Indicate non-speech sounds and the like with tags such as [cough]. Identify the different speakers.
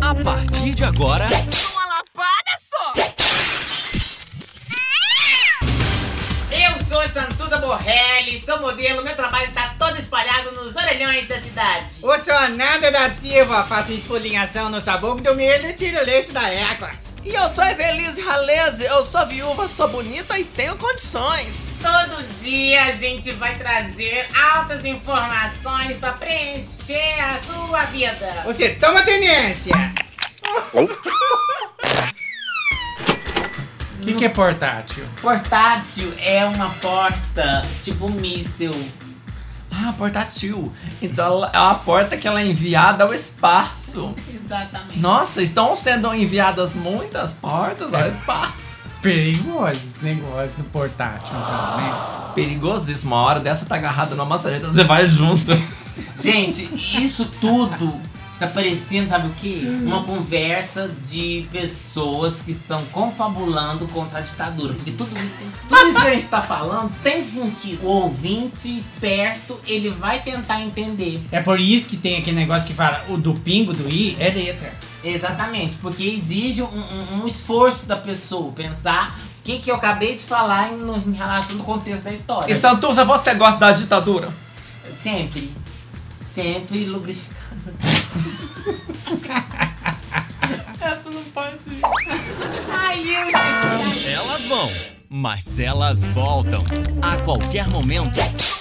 Speaker 1: A partir de agora,
Speaker 2: Uma lapada só!
Speaker 3: Eu sou Santuda Borrelli, sou modelo, meu trabalho tá todo espalhado nos orelhões da cidade.
Speaker 2: O seu Nanda da Silva faz esfolinhação no sabor do milho e tira o leite da égua.
Speaker 4: E eu sou Evelise Raleze, eu sou viúva, sou bonita e tenho condições.
Speaker 3: Todo dia a gente vai trazer altas informações pra preencher a sua vida.
Speaker 2: Você toma tenência!
Speaker 5: O que, que é portátil?
Speaker 3: Portátil é uma porta, tipo um míssil.
Speaker 4: Ah, portátil. Então ela- é uma porta que ela é enviada ao espaço.
Speaker 3: Exatamente.
Speaker 4: Nossa, estão sendo enviadas muitas portas ao espaço.
Speaker 5: Perigoso esse negócio do portátil, então, né?
Speaker 4: Perigosíssimo, uma hora dessa tá agarrada numa maçaneta, você vai junto.
Speaker 3: Gente, isso tudo tá parecendo, sabe o quê? Uma conversa de pessoas que estão confabulando contra a ditadura. Porque tudo isso, tem- tudo isso que a gente tá falando tem sentido. O ouvinte esperto, ele vai tentar entender.
Speaker 5: É por isso que tem aquele negócio que fala o do pingo do i é letra.
Speaker 3: Exatamente, porque exige um, um- um esforço da pessoa pensar o que, que eu acabei de falar em, no- em relação ao contexto da história.
Speaker 4: E Santuza, você gosta da ditadura?
Speaker 3: Sempre. Sempre lubrificado. [laughs] Essa não pode. Ai, eu cheguei.
Speaker 1: elas vão, mas elas voltam. A qualquer momento,